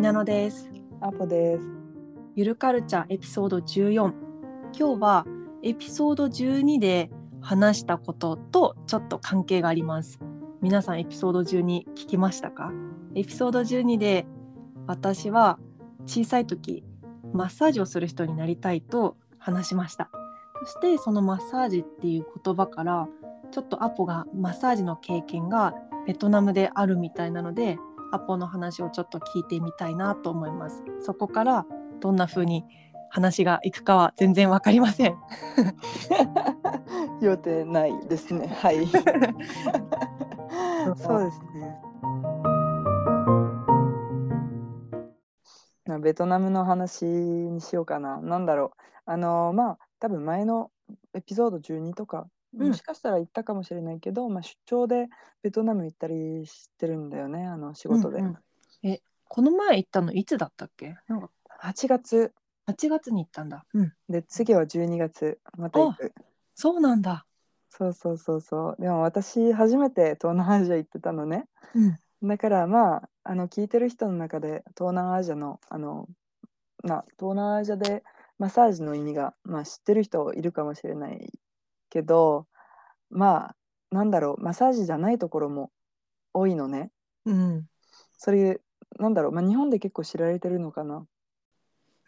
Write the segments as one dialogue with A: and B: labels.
A: なのです。
B: アポです。
A: ゆるカルチャーエピソード14。今日はエピソード12で話したこととちょっと関係があります。皆さんエピソード12聞きましたかエピソード12で私は小さい時マッサージをする人になりたいと話しました。そしてそのマッサージっていう言葉からちょっとアポがマッサージの経験がベトナムであるみたいなのでアポの話をちょっと聞いてみたいなと思います。そこからどんな風に話がいくかは全然わかりません。
B: 予定ないです ね。はい。そうですね。なベトナムの話にしようかな。なんだろう。あのまあ多分前のエピソード12とか。
A: うん
B: もしかしたら行ったかもしれないけど、まあ、出張でベトナム行ったりしてるんだよねあの仕事で、
A: うんうんえ、この前行ったのいつだったっけ？なんか
B: 8月
A: 8月に行ったんだ。うん、
B: で次は12月また行く
A: そうなんだ。
B: そうそうそうそうでも私初めて東南アジア行ってたのね
A: うん、
B: だからまああの聞いてる人の中で東南アジアのあのな東南アジアでマッサージの意味が、まあ、知ってる人いるかもしれないけどまあなんだろうマッサージじゃないところも多いのね
A: うん
B: それなんだろう、まあ、日本で結構知られてるのかな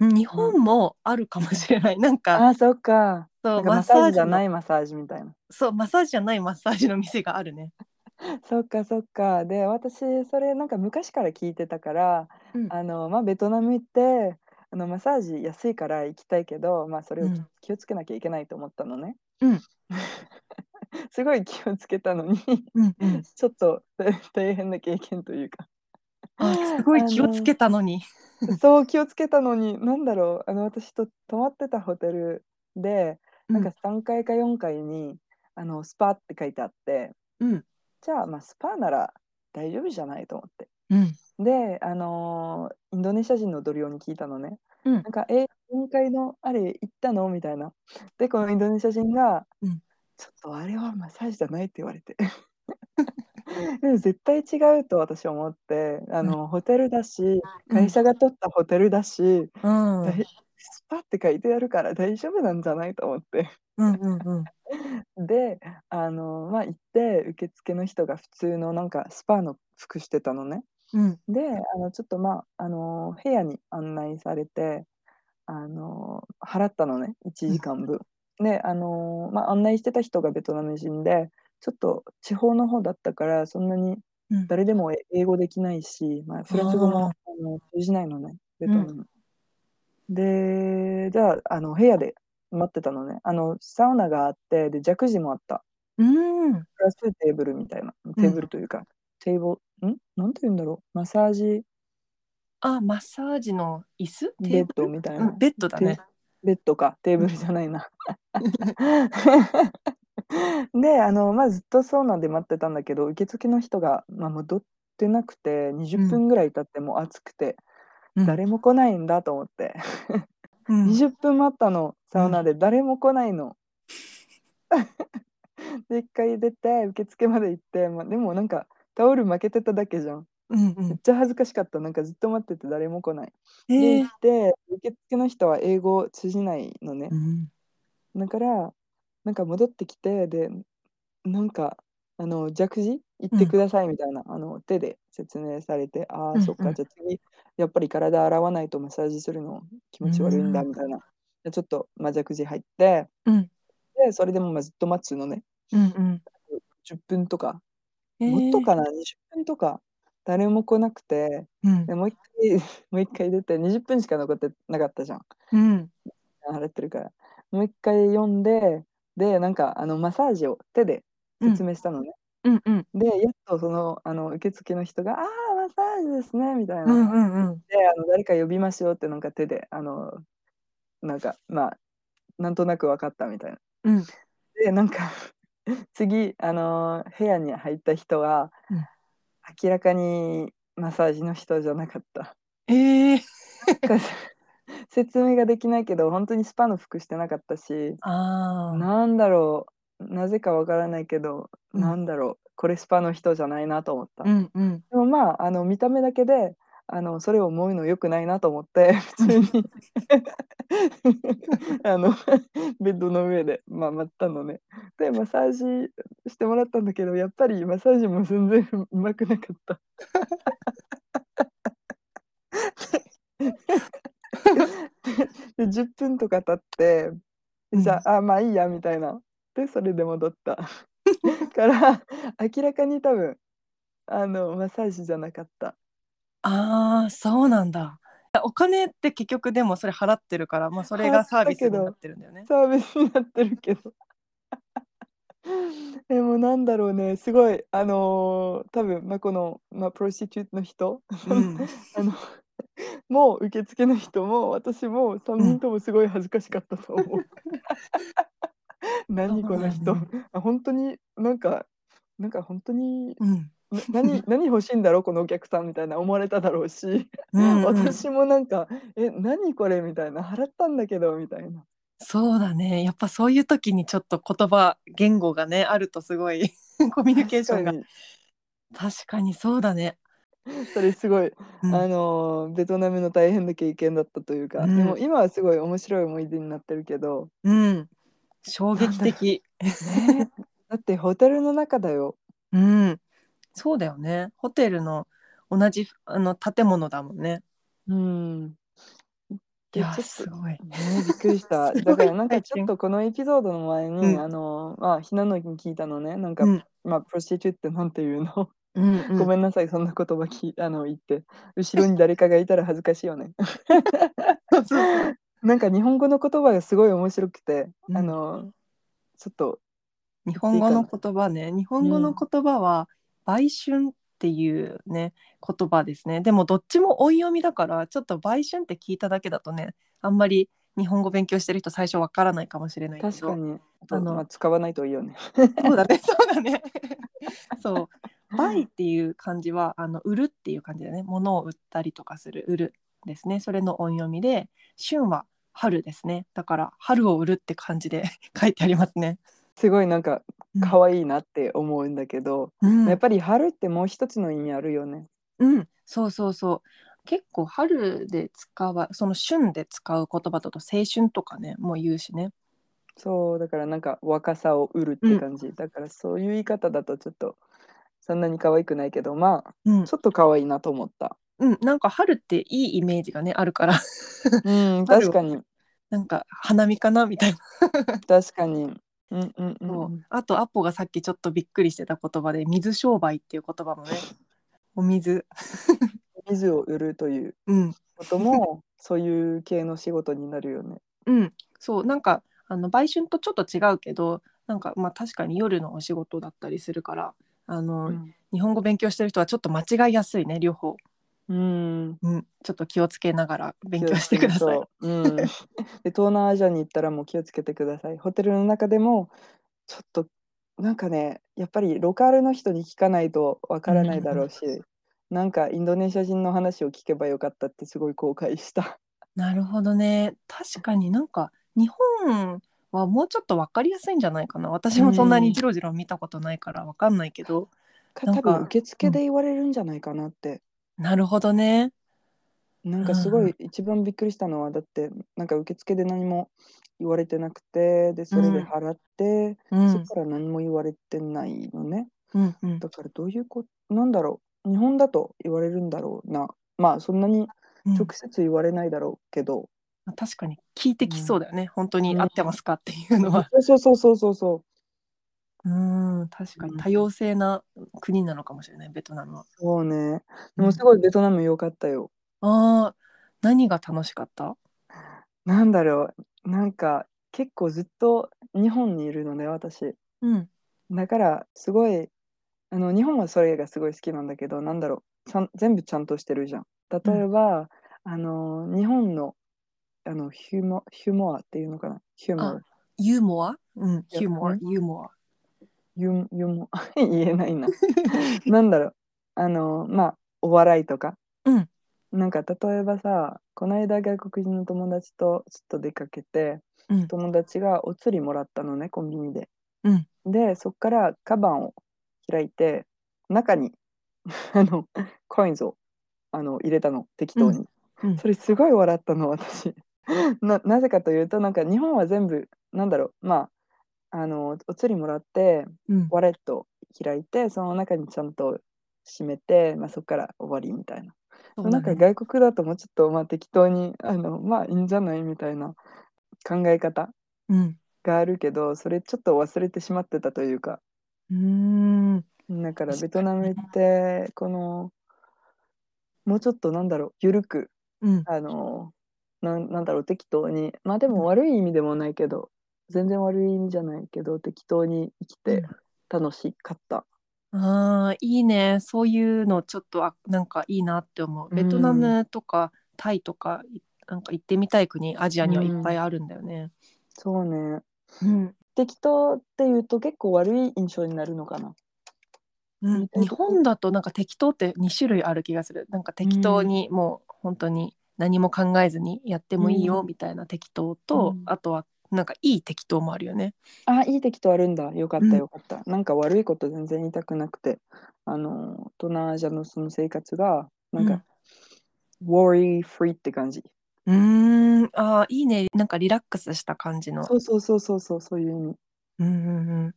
A: うん。日本もあるかもしれない。なんか
B: あそっか
A: そ
B: な
A: うん
B: かマ
A: マ
B: ッ
A: ッ
B: サ
A: サ
B: ー
A: ー
B: ジ
A: ジ
B: じゃ
A: の
B: ないマッサージみたいな
A: そうマッサージじゃないマッサージの店があるね。
B: そっかそっかで私それなんか昔から聞いてたから
A: うん
B: あの、まあ、ベトナム行ってあのマッサージ安いから行きたいけど、まあ、それを
A: うん
B: 気をつけなきゃいけないと思ったのね。
A: うん
B: すごい気をつけたのに
A: うんうん。
B: ちょっと大変な経験というか
A: あすごい気をつけたのに。
B: そう気をつけたのになんだろうあの私と泊まってたホテルでなんか3階か4階にあのスパって書いてあって
A: うん
B: じゃあまあスパなら大丈夫じゃないと思って。
A: うん
B: で、あのーインドネシア人の同僚に聞いたのね。
A: うん
B: なんか、え、今回のあれ行ったのみたいな。で、このインドネシア人が、
A: うん
B: ちょっとあれはマッサージじゃないって言われ て。でも絶対違うと私思って、あの、ホテルだし、会社が取ったホテルだし、
A: うんうん
B: 大スパって書いてあるから大丈夫なんじゃないと思って。
A: うんうん
B: で、あのーまあ、行って、受付の人が普通のなんかスパの服してたのね。
A: うん
B: であのちょっとまあ、あのー部屋に案内されて、あのー払ったのね1時間分。で、あのーまあ、案内してた人がベトナム人でちょっと地方の方だったからそんなに
A: うん。
B: 誰でもえ英語できないし、まあ、フランス語も
A: あ
B: あの通じないのねベトナム。でじゃああの部屋で待ってたのねあのサウナがあってで弱児もあった
A: うん
B: プラステーブルみたいなテーブルというか、テーブルんなんて言うんだろうマッサージ
A: あマッサージの椅子
B: ベッドみたいな、
A: うんベッドだね。
B: ベッドかテーブルじゃない な。であの、まあ、ずっとそうなんで待ってたんだけど受付の人が、まあ、戻ってなくて
A: うん
B: 20分ぐらい経ってもう暑くて、
A: うん
B: 誰も来ないんだと思って、
A: うん
B: 20分待ったのサウナで誰も来ないの。 で一回出て受付まで行って、まあ、でもなんかタオル負けてただけじゃん
A: うんう
B: めっ
A: ん。
B: ちゃ恥ずかしかったなんかずっと待ってて誰も来ない。
A: え
B: で
A: え
B: 行って受付の人は英語通じないのね
A: う。ん
B: だからなんか戻ってきてでなんかあの弱児行ってくださいみたいな、あの手で説明されて
A: う
B: あ
A: んう
B: あ
A: ん
B: そっかじゃあ次やっぱり体洗わないとマッサージするの気持ち悪いんだ
A: うん
B: みたいな、でちょっと、まあ、弱児入って
A: うん
B: でそれでもまあずっと待つのね
A: うん
B: 10分とか
A: うん。
B: もっとかな、20分とか誰も来なくて
A: うん
B: でもう一回 もう一回出て20分しか残ってなかったじゃん。
A: うん
B: 払ってるからもう一回読んででなんかあのマッサージを手で説明したのね、
A: うんうん
B: でやっとそのあの受付の人が「ああマッサージですね」みたいな、
A: う
B: で
A: んうんうん
B: あの誰か呼びましょうってなんか手であのなんかまあなんとなく分かったみたいな
A: うん
B: でなんか 次あの部屋に入った人は、
A: うん
B: 明らかにマッサージの人じゃなかった
A: ええ
B: 説明ができないけど本当にスパの服してなかったし
A: ああ
B: なんだろうなぜかわからないけど、
A: うん
B: なんだろうこれスパの人じゃないなと思った、
A: うんうん
B: でもまああの見た目だけであのそれを思うの良くないなと思って普通に あの ベッドの上で、まあ、待ったのねでマッサージしてもらったんだけどやっぱりマッサージも全然う まくなかったで10分とか経ってじゃああまあいいやみたいなでそれで戻ったから明らかに多分あのマッサージじゃなかった
A: ああそうなんだお金って結局でもそれ払ってるから、まあ、それがサービスになってるんだよね
B: サービスになってるけどでもなんだろうねすごいあのー多分、まあ、この、まあ、プロシチュートの人、
A: うん、
B: あのもう受付の人も私も3人ともすごい恥ずかしかったと 思う。何この
A: そ
B: 人、
A: うだね
B: あ本当になんかなんか本当に
A: うん
B: な 何何欲しいんだろうこのお客さんみたいな思われただろうし、
A: うんうん
B: 私 もなんかえ何これみたいな払ったんだけどみたいな
A: そうだねやっぱそういう時にちょっと言葉言語がねあるとすごい コミュニケーションが
B: 確
A: 確かにそうだね、
B: かにそれすごい、
A: うん
B: あのベトナムの大変な経験だったというか、
A: うん
B: でも今はすごい面白い思い出になってるけど、
A: うん、衝撃的
B: ね、 だってホテルの中だよ
A: うんそうだよねホテルの同じあの建物だもんね
B: うん
A: い
B: で
A: や
B: ちょっと
A: すごい
B: ね、びっくりし た。
A: すごい
B: だからなんか
A: 体
B: ちょ
A: 験
B: っとこのエピソードの前に、
A: うん
B: あのまあひなのに聞いたのねなんか、
A: うん
B: まあプロシチュってなんていうの、
A: うんうん
B: ごめんなさいそんな言葉きあの言って後ろに誰かがいたら恥ずかしいよね。
A: そうそうそう
B: なんか日本語の言葉がすごい面白くて、
A: うん
B: あのちょっと
A: 日本語の言葉ね日本語の言葉は売春っていうね言葉ですねでもどっちも音読みだからちょっと売春って聞いただけだとねあんまり日本語勉強してる人最初わからないかもしれないけど
B: 確かに
A: あの
B: まあ、使わないといいよね。
A: そうだね そうだねそう売っていう漢字はあの売るっていう漢字だね物を売ったりとかする売るですねそれの音読みで春は春ですねだから春を売るって漢字で 書いてありますね
B: すごいなんか
A: うん
B: 可愛いなって思うんだけど、
A: うん
B: やっぱり春ってもう一つの意味あるよね。
A: うん、そうそうそう。結構春で使わ、その旬で使う言葉だと青春とかね、もう言うしね。
B: そうだからなんか若さを売るって感じ、だからそういう言い方だとちょっとそんなに可愛くないけどまあ
A: うん
B: ち、ょっと可愛いなと思 った
A: うん、なんか春っていいイメージがねあるから、
B: うん
A: 春を
B: 確かに
A: なんか花見かなみたいな。
B: 確かにうんうんうんう
A: そ
B: ん
A: うあとアッポがさっきちょっとびっくりしてた言葉で水商売っていう言葉 もね、お水、
B: 水を売るという
A: うん、
B: こともそういう系の仕事になるよね
A: うん、そうなんかあの売春とちょっと違うけど、なんかまあ確かに夜のお仕事だったりするから、あの、
B: うん、
A: 日本語勉強してる人はちょっと間違いやすいね両方。
B: うん、
A: うん、ちょっと気をつけながら勉強してください。
B: そう、うん、で東南アジアに行ったらもう気をつけてくださいホテルの中でもちょっとなんかねやっぱりロカールの人に聞かないとわからないだろうし、なんかインドネシア人の話を聞けばよかったってすごい後悔した
A: なるほどね。確かになんか日本はもうちょっとわかりやすいんじゃないかな。私もそんなにジロジロ見たことないからわかんないけど。
B: か
A: なん
B: 多
A: か
B: 分受付で言われるんじゃないかなって、
A: なるほどね。
B: なんかすごい一番びっくりしたのはだってなんか受付で何も言われてなくてでそれ
A: う
B: で
A: ん
B: 払って、
A: う
B: そ
A: ん
B: こ。から何も言われてないのね
A: うんうん
B: だからどういうことなんだろう日本だと言われるんだろうなまあそんなに
A: うん
B: 直接言われないだろうけど、
A: 確かに聞いてきそうだよね。本当に合ってますかっていうのは。
B: そうそうそうそうそう
A: うん、確かに多様性な国なのかもしれないベトナムは。
B: そうね
A: う
B: で
A: ん
B: もすごいベトナム良かったよ、
A: ああ、何が楽しかった？
B: なんだろうなんか結構ずっと日本にいるのね私
A: うん
B: だからすごいあの日本はそれがすごい好きなんだけどなんだろうちゃん全部ちゃんとしてるじゃん例えば、あの日本のあのヒューモヒューモアっていうのかなヒューモア
A: ユーモア？うん、ユーモア、
B: うん
A: ユーモア。
B: ユーユーモア 言えないななんだろうあのまあお笑いとか
A: うん
B: なんか例えばさこの間外国人の友達とちょっと出かけて
A: うん
B: 友達がお釣りもらったのねコンビニで、
A: うん
B: でそっから カバンを開いて中にあのコインズをあの入れたの適当に、
A: うんうん
B: それすごい笑ったの私 ななぜかというとなんか日本は全部なんだろうまああのお釣りもらって
A: うん
B: ワレット開いてその中にちゃんと閉めて、まあ、そこから終わりみたいな
A: そう
B: な
A: だ
B: んか
A: ね
B: 外国だともうちょっとまあ適当にあのまあいいんじゃないみたいな考え方
A: うん
B: があるけどそれちょっと忘れてしまってたというか
A: うーん
B: だからベ
A: 確
B: ト
A: か
B: ナ
A: に
B: ム
A: ね
B: ってこのもうちょっとなんだろう緩く
A: うん
B: あのなんなんだろう適当にまあで
A: う
B: も
A: ん
B: 悪い意味でもないけど全然悪い意味じゃないけど適当に生きて楽しかった。
A: ああいいねそういうのちょっとあなんかいいなって思うベトナムとかタイとかいなんか行ってみたい国アジアにはいっぱいあるんだよね。
B: そうね
A: うん
B: 適当っていうと結構悪い印象になるのかな。
A: うん
B: 似たり
A: 日本だとなんか適当って2種類ある気がするなんか適当にもう本当に何も考えずにやってもいいうよ
B: ん
A: みたいな適当と、
B: うん
A: あとはなんかいい適当もあるよね。
B: あいい適当あるんだよかっ
A: うん
B: たよかった、なんか悪いこと全然言いたくなくてあの東南アジアのその生活がなんか、worry free って感じ
A: うんうーんあーいいねなんかリラックスした感じの。
B: そうそうそうそうそうそういう意味
A: うんうんうん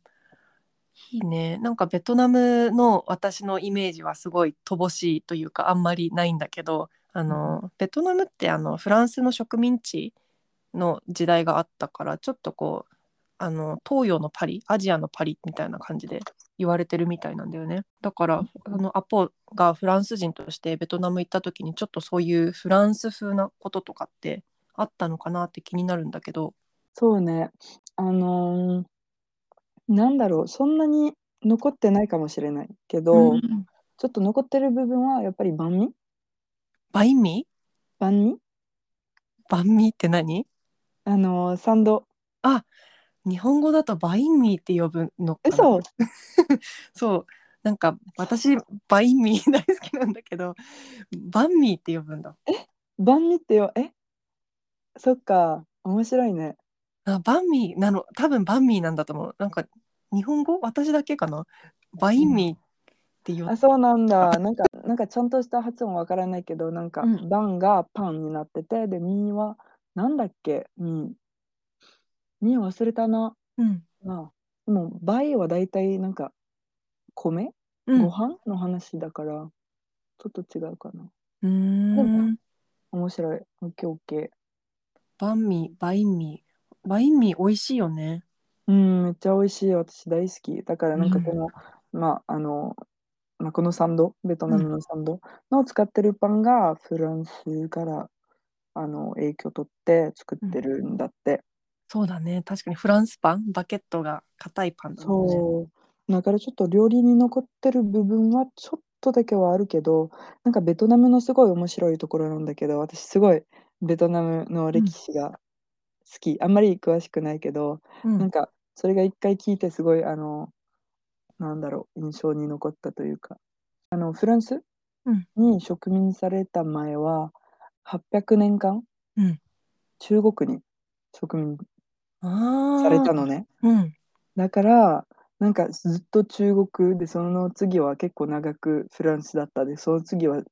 A: いいねなんかベトナムの私のイメージはすごい乏しいというかあんまりないんだけどあのベトナムってあのフランスの植民地の時代があったからちょっとこうあの東洋のパリアジアのパリみたいな感じで言われてるみたいなんだよねだからあのアポがフランス人としてベトナム行った時にちょっとそういうフランス風なこととかってあったのかなって気になるんだけど。
B: そうねあのーなんだろうそんなに残ってないかもしれないけど、
A: うん
B: ちょっと残ってる部分はやっぱり万味
A: バインミ
B: 万味
A: ーバンミーって何
B: あのーサンド
A: 日本語だとバインミーって呼ぶのかな
B: 嘘
A: そうなんか私バインミー大好きなんだけどバンミーって呼ぶんだ
B: 万味ってよえそっか面白いね
A: あバンミーなの多分バンミーなんだと思うなんか日本語私だけかなバインミーって呼
B: あ
A: ぶ、
B: そうなんだ。なんか、なんかちゃんとした発音わからないけど、なんか、
A: うん
B: バンがパンになってて、で、ミーは、なんだっけ、ミー。ミー忘れたな。
A: うん
B: まあ、でも、バイは大体、なんか、米、
A: うん
B: ご飯の話だから、ちょっと違うかな。
A: うーん
B: 面白い。オッケーオッケ
A: バンミーバインミーバインミー美味しいよね
B: ー。うん、めっちゃ美味しい。私大好き。だから、なんか
A: うん
B: この、まあ、あの、まあ、このサンド、ベトナムのサンドの使ってるパンがフランスからあの影響取って作ってるんだって。
A: そうだね確かにフランスパンバケットが硬いパンだもんね
B: そう。だからちょっと料理に残ってる部分はちょっとだけはあるけど、なんかベトナムのすごい面白いところなんだけど、私すごいベトナムの歴史が好き。あんまり詳しくないけど、
A: うん
B: なんかそれが一回聞いてすごいあのなんだろう印象に残ったというかあのフランス
A: うん
B: に植民された前は800年間、
A: うん
B: 中国に植民
A: あ
B: され
A: ー
B: たのね
A: うん
B: だからなんかずっと中国でその次は結構長くフランスだったでその次は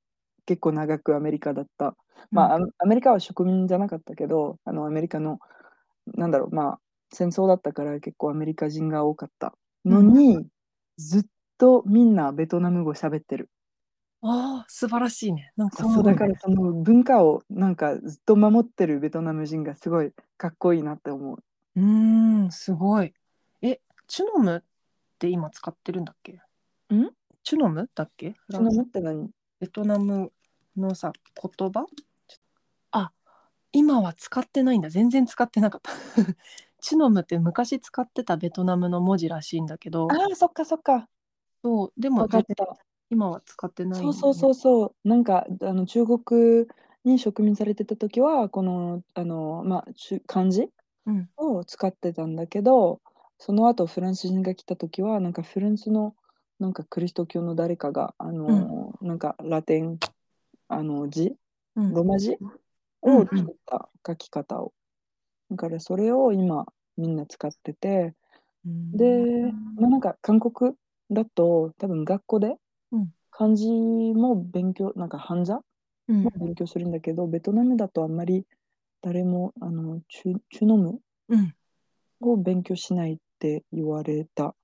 B: 結構長くアメリカだったまあ、アアメリカは植民じゃなかったけどあのアメリカのなんだろうまあ戦争だったから結構アメリカ人が多かったのに、ずっとみんなベトナム語喋ってる
A: あー素晴らしいねなんかす
B: そう
A: ごい
B: だ
A: ね
B: からその文化をなんかずっと守ってるベトナム人がすごいかっこいいなって思う
A: うーん、すごい。え、チュノムって今使ってるんだっけ？
B: ん？
A: チュノムだっけ？フラ
B: ベトナ
A: ンス
B: ムって何
A: ベトナムのさ言葉？あ、今は使ってないんだ。全然使ってなかった。 チュノムって昔使ってたベトナムの文字らしいんだけど、
B: ああそっかそっか
A: そうでも
B: 分かっ
A: 全然
B: た
A: 今は使ってないんだ
B: そ
A: よ
B: う
A: ね。
B: そうそうそうなんかあの中国に植民されてた時はこのあの、まあ、中漢字
A: うん。
B: を使ってたんだけどその後フランス人が来た時はなんかフランスのなんかクリスト教の誰かがあの、なんかラテンあの字
A: うん。
B: ロマ字
A: うんうん
B: を作った書き方を、だからそれを今みんな使ってて
A: うん
B: で、まあ、なんか韓国だと多分学校で
A: うん
B: 漢字も勉強なんか半座
A: うん
B: も勉強するんだけど、ベトナムだとあんまり誰もあの中中ノム
A: うん、
B: を勉強しないって言われた。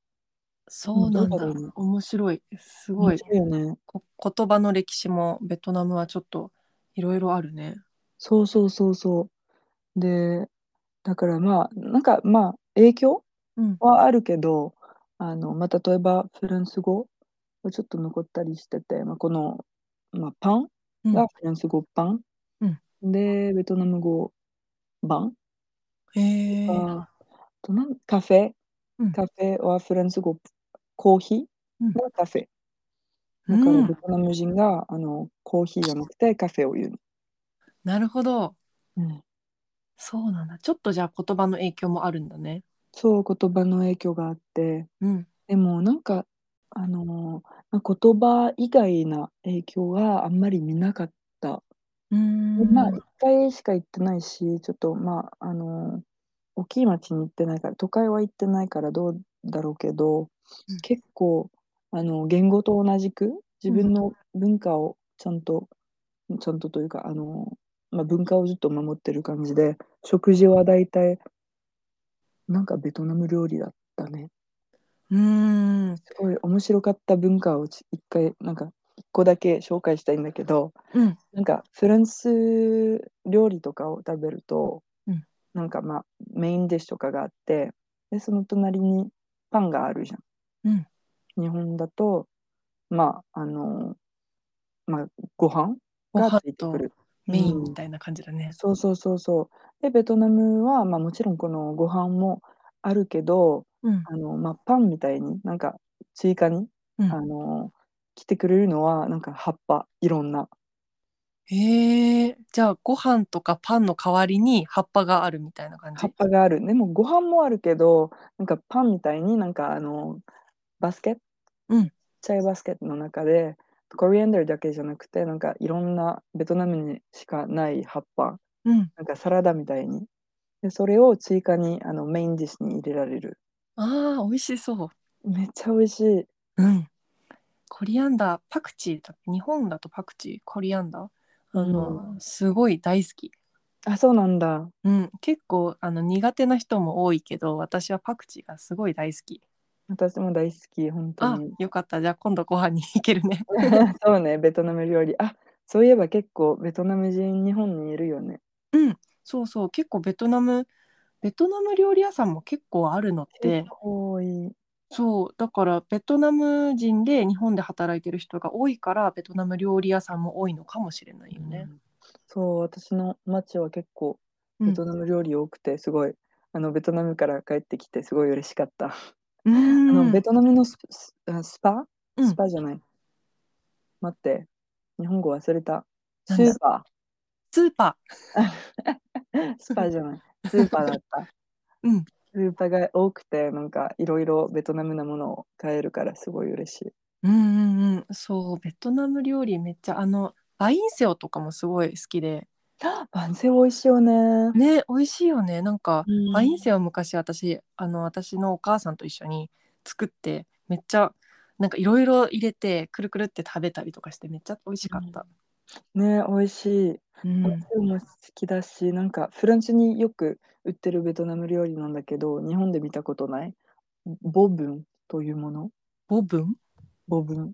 A: そうなん
B: どうだろう
A: だ
B: ね
A: 面白いすごい
B: 面白いよね。
A: こ言葉の歴史もベトナムはちょっといろいろあるね
B: そうそうそうそう。で、だからまあ、なんかまあ、影響
A: うん
B: はあるけど、あの、まあ、例えばフランス語はちょっと残ったりしてて、まあ、この、まあ、パン
A: うん
B: がフランス語パン、
A: うん
B: で、ベトナム語バン、
A: へえ
B: あとなんカフェ、
A: うん
B: カフェはフランス語コーヒー
A: うん
B: がカフェ。
A: う
B: だから
A: ん
B: ベトナム人が、あのコーヒーじゃなくてカフェを言う。
A: なるほど
B: うん
A: そうなんだちょっとじゃあ言葉の影響もあるんだね
B: そう言葉の影響があって、
A: うん
B: でもなんか、あのーまあ言葉以外な影響はあんまり見なかった。
A: うーん
B: まあ一回しか行ってないし、ちょっとまあ、あのー大きい町に行ってないから、都会は行ってないからどうだろうけど、
A: うん
B: 結構、あの、言語と同じく自分の文化をちゃんと、ちゃんとというか、あのーまあ、文化をずっと守ってる感じで、食事は大体、なんかベトナム料理だったね。
A: うーん
B: すごい面白かった文化をち一回なんか一個だけ紹介したいんだけど
A: うん
B: なんかフランス料理とかを食べると、
A: うん
B: なんかまあメインディッシュとかがあってでその隣にパンがあるじゃん。
A: うん
B: 日本だとまああのまあご飯
A: ご
B: が
A: 飯
B: ついて
A: と
B: くる。
A: メインみたいな感じだね
B: そうそうそうそう。でベトナムは、まあ、もちろんこのご飯もあるけど
A: うん
B: あの、まあ、パンみたいになんか追加に
A: うん
B: あの来てくれるのはなんか葉っぱいろんな
A: へえじゃあご飯とかパンの代わりに葉っぱがあるみたいな感じ
B: 葉っぱがあるでもご飯もあるけどなんかパンみたいになんかあのバスケット、
A: うん
B: ちっちゃいバスケットの中でコリアンダーだけじゃなくてなんかいろんなベトナムにしかない葉っぱ
A: うん
B: なんかサラダみたいにでそれを追加にあのメインディッシュに入れられる
A: あー美味しそう
B: めっちゃ美味しい
A: うんコリアンダーパクチーだ日本だとパクチーコリアンダーあの、すごい大好き
B: あそうなんだ
A: うん、結構あの苦手な人も多いけど私はパクチーがすごい大好き
B: 私も大好き本当
A: あ
B: に
A: よかったじゃあ今度ご飯に行けるね
B: そうね、ベトナム料理。あ、そういえば結構ベトナム人日本にいるよね。
A: うんそうそう結構ベトナムベトナム料理屋さんも結構あるのって
B: 結構多い。
A: そうだからベトナム人で日本で働いてる人が多いからベトナム料理屋さんも多いのかもしれないよね。
B: そう、私の町は結構
A: うん
B: ベトナム料理多くて、すごい、あのベトナムから帰ってきてすごい嬉しかった。
A: う
B: あの
A: ん
B: ベトナムのススあスパ
A: うん
B: スパじゃない。待って、日本語忘れた。
A: なん
B: ス
A: だ
B: ーパ
A: スーパ
B: ー。 スパじゃない。スーパーだった。
A: ー、 うん、
B: スーパーが多くて、なんかいろいろベトナムなものを買えるからすごい嬉しい。
A: うんうんうんそうベトナム料理めっちゃあのバインセオとかもすごい好きで
B: 万世美味しいよね。
A: ね美味しいよねなんか
B: うん
A: バインセオ昔私あの私のお母さんと一緒に作ってめっちゃなんかいろいろ入れてくるくるって食べたりとかしてめっちゃ美味しかった。
B: ね美味しい。
A: うん
B: 私も好きだし、なんかフランスによく売ってるベトナム料理なんだけど、日本で見たことないボブンというもの。
A: ボブン
B: ボブン。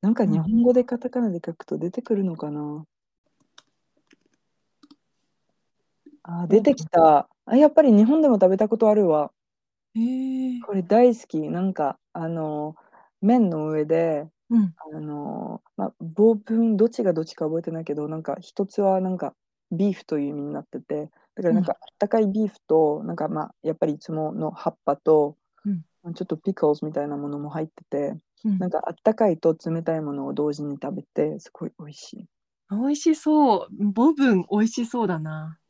B: なんか日本語でカタカナで書くと出てくるのかな。あー
A: ボブ
B: 出
A: ン
B: てきたあ。やっぱり日本でも食べたことあるわ。
A: へえ
B: これ大好き。なんかあの麺の上で。
A: うん
B: あのーまあ、ボープンどっちがどっちか覚えてないけどなんか一つはなんかビーフという意味になっててだからなんかあったかいビーフとなんかまあやっぱりいつもの葉っぱと、
A: うん
B: ちょっとピクルスみたいなものも入ってて
A: うん
B: なんかあったかいと冷たいものを同時に食べてすごい美味しい、
A: 美味しそうボブン美味しそうだな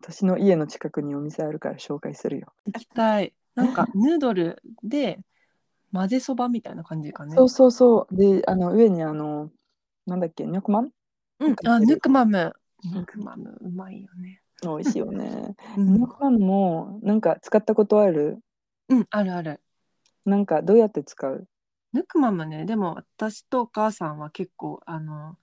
B: 私の家の近くにお店あるから紹介するよ、
A: 行きたいなんかヌードルで混ぜそばみたいな感じかね
B: そうそうそうであの上にあのなんだっけニョクマン
A: うんあヌクマム
B: ん
A: ヌクマムうまいよね
B: 美味しいよね
A: う
B: ニ
A: ん
B: ョ、クマンもなんか使ったことある
A: うん、あるある
B: なんかどうやって使う
A: ヌクマムねでも私とお母さんは結構あの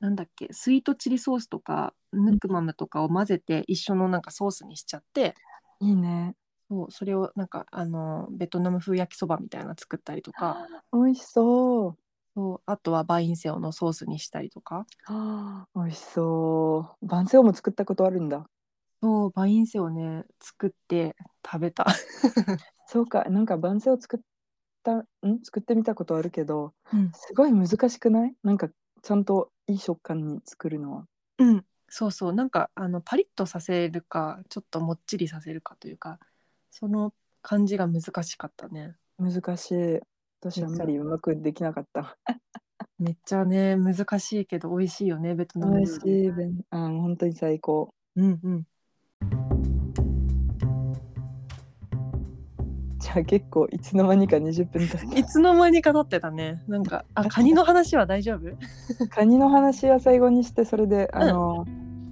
A: なんだっけスイートチリソースとかヌクマムとかを混ぜて一緒のなんかソースにしちゃって
B: いいね。
A: そうそれをなんかあのベトナム風焼きそばみたいなの作ったりとか
B: 美味しそう。
A: そうあとはバインセオのソースにしたりとか
B: あー美味しそう。万世オも作ったことあるんだ。
A: そうバインセオね作って食べた
B: そうか、なんか万世を作った、ん作ってみたことあるけど、
A: うん、
B: すごい難しくないなんかちゃんといい食感に作るのは。
A: うん、そうそうなんかあのパリッとさせるかちょっともっちりさせるかというかその感じが難しかったね
B: 難しい。私あんまりうまくできなかった。
A: めっちゃね難しいけど美味しいよねベトナム
B: 美味
A: 料
B: し
A: 理
B: い。弁あー本当に最高。
A: うんうん
B: じゃあ結構いつの間にか20分経っ
A: いつの間にか経ってたね。なんか、あ、カニの話は大丈 夫。
B: た。カニの話は最後にして、それで、あの、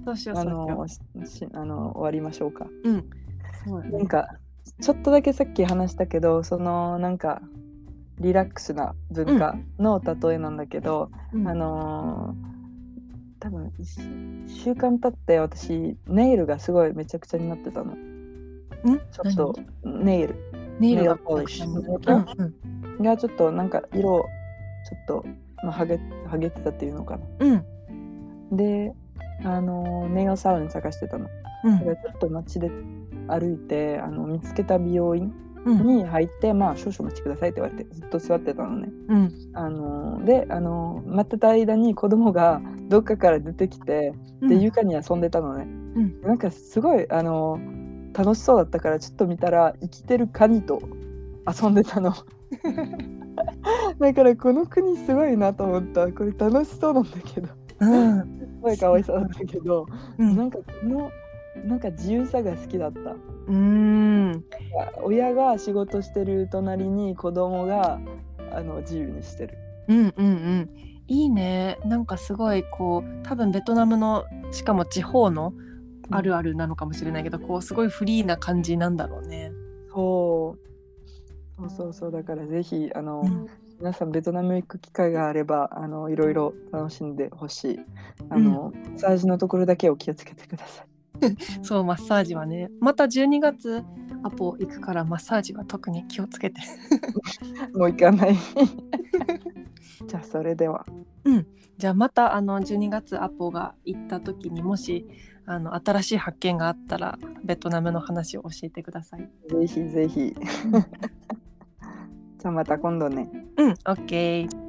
A: どうしよう、
B: あ
A: そうしよ
B: の、ししあの終わりましょうか。
A: う。うん。そうだ
B: な
A: ね
B: ん。かちょっとだけさっき話したけどそのなんかリラックスな文化の例えなんだけど、
A: うん
B: あのー多分1週間経って私ネイルがすごいめちゃくちゃになってたの
A: ん
B: ちょっとネイル
A: 何ネイルが
B: ネイルポリッシュ
A: うんうん
B: がちょっとなんか色ちょっと、まあ、はげはげてたっていうのかな
A: うん
B: であのーネイルサロン探してたの
A: う
B: だか
A: ん
B: らちょっと街で歩いてあの見つけた美容院
A: うん
B: に入って、まあ少々お待ちくださいって言われてずっと座ってたのね。
A: うん
B: あのーで、あのー待ってた間に子供がどっかから出てきて、
A: うん
B: で床に遊んでたのね。
A: ん
B: なんかすごいあのー楽しそうだったからちょっと見たら生きてるカニと遊ん でたの。だからこの国すごいなと思った。これ楽しそうなんだけど、す
A: うん
B: ごいかわいそうだったけど、
A: うん
B: なんかこのなんか自由さが好きだった。
A: うん
B: 親が仕事してる隣に子供があの自由にしてる。
A: うんうんうんいいねなんかすごいこう多分ベトナムのしかも地方のあるあるなのかもしれないけどこうすごいフリーな感じなんだろうね。
B: そうそうそうそうだからぜひあの、
A: うん
B: 皆さんベトナム行く機会があればあのいろいろ楽しんでほしい。あの、サージのところだけお気をつけてください。
A: そうマッサージはねまた12月アポ行くからマッサージは特に気をつけて。
B: もう行かない。じゃあそれでは。
A: じゃあまたあの12月アポが行った時にもしあの新しい発見があったらベトナムの話を教えてください。
B: ぜひぜひ。じゃあまた今度ね。
A: うん、OK。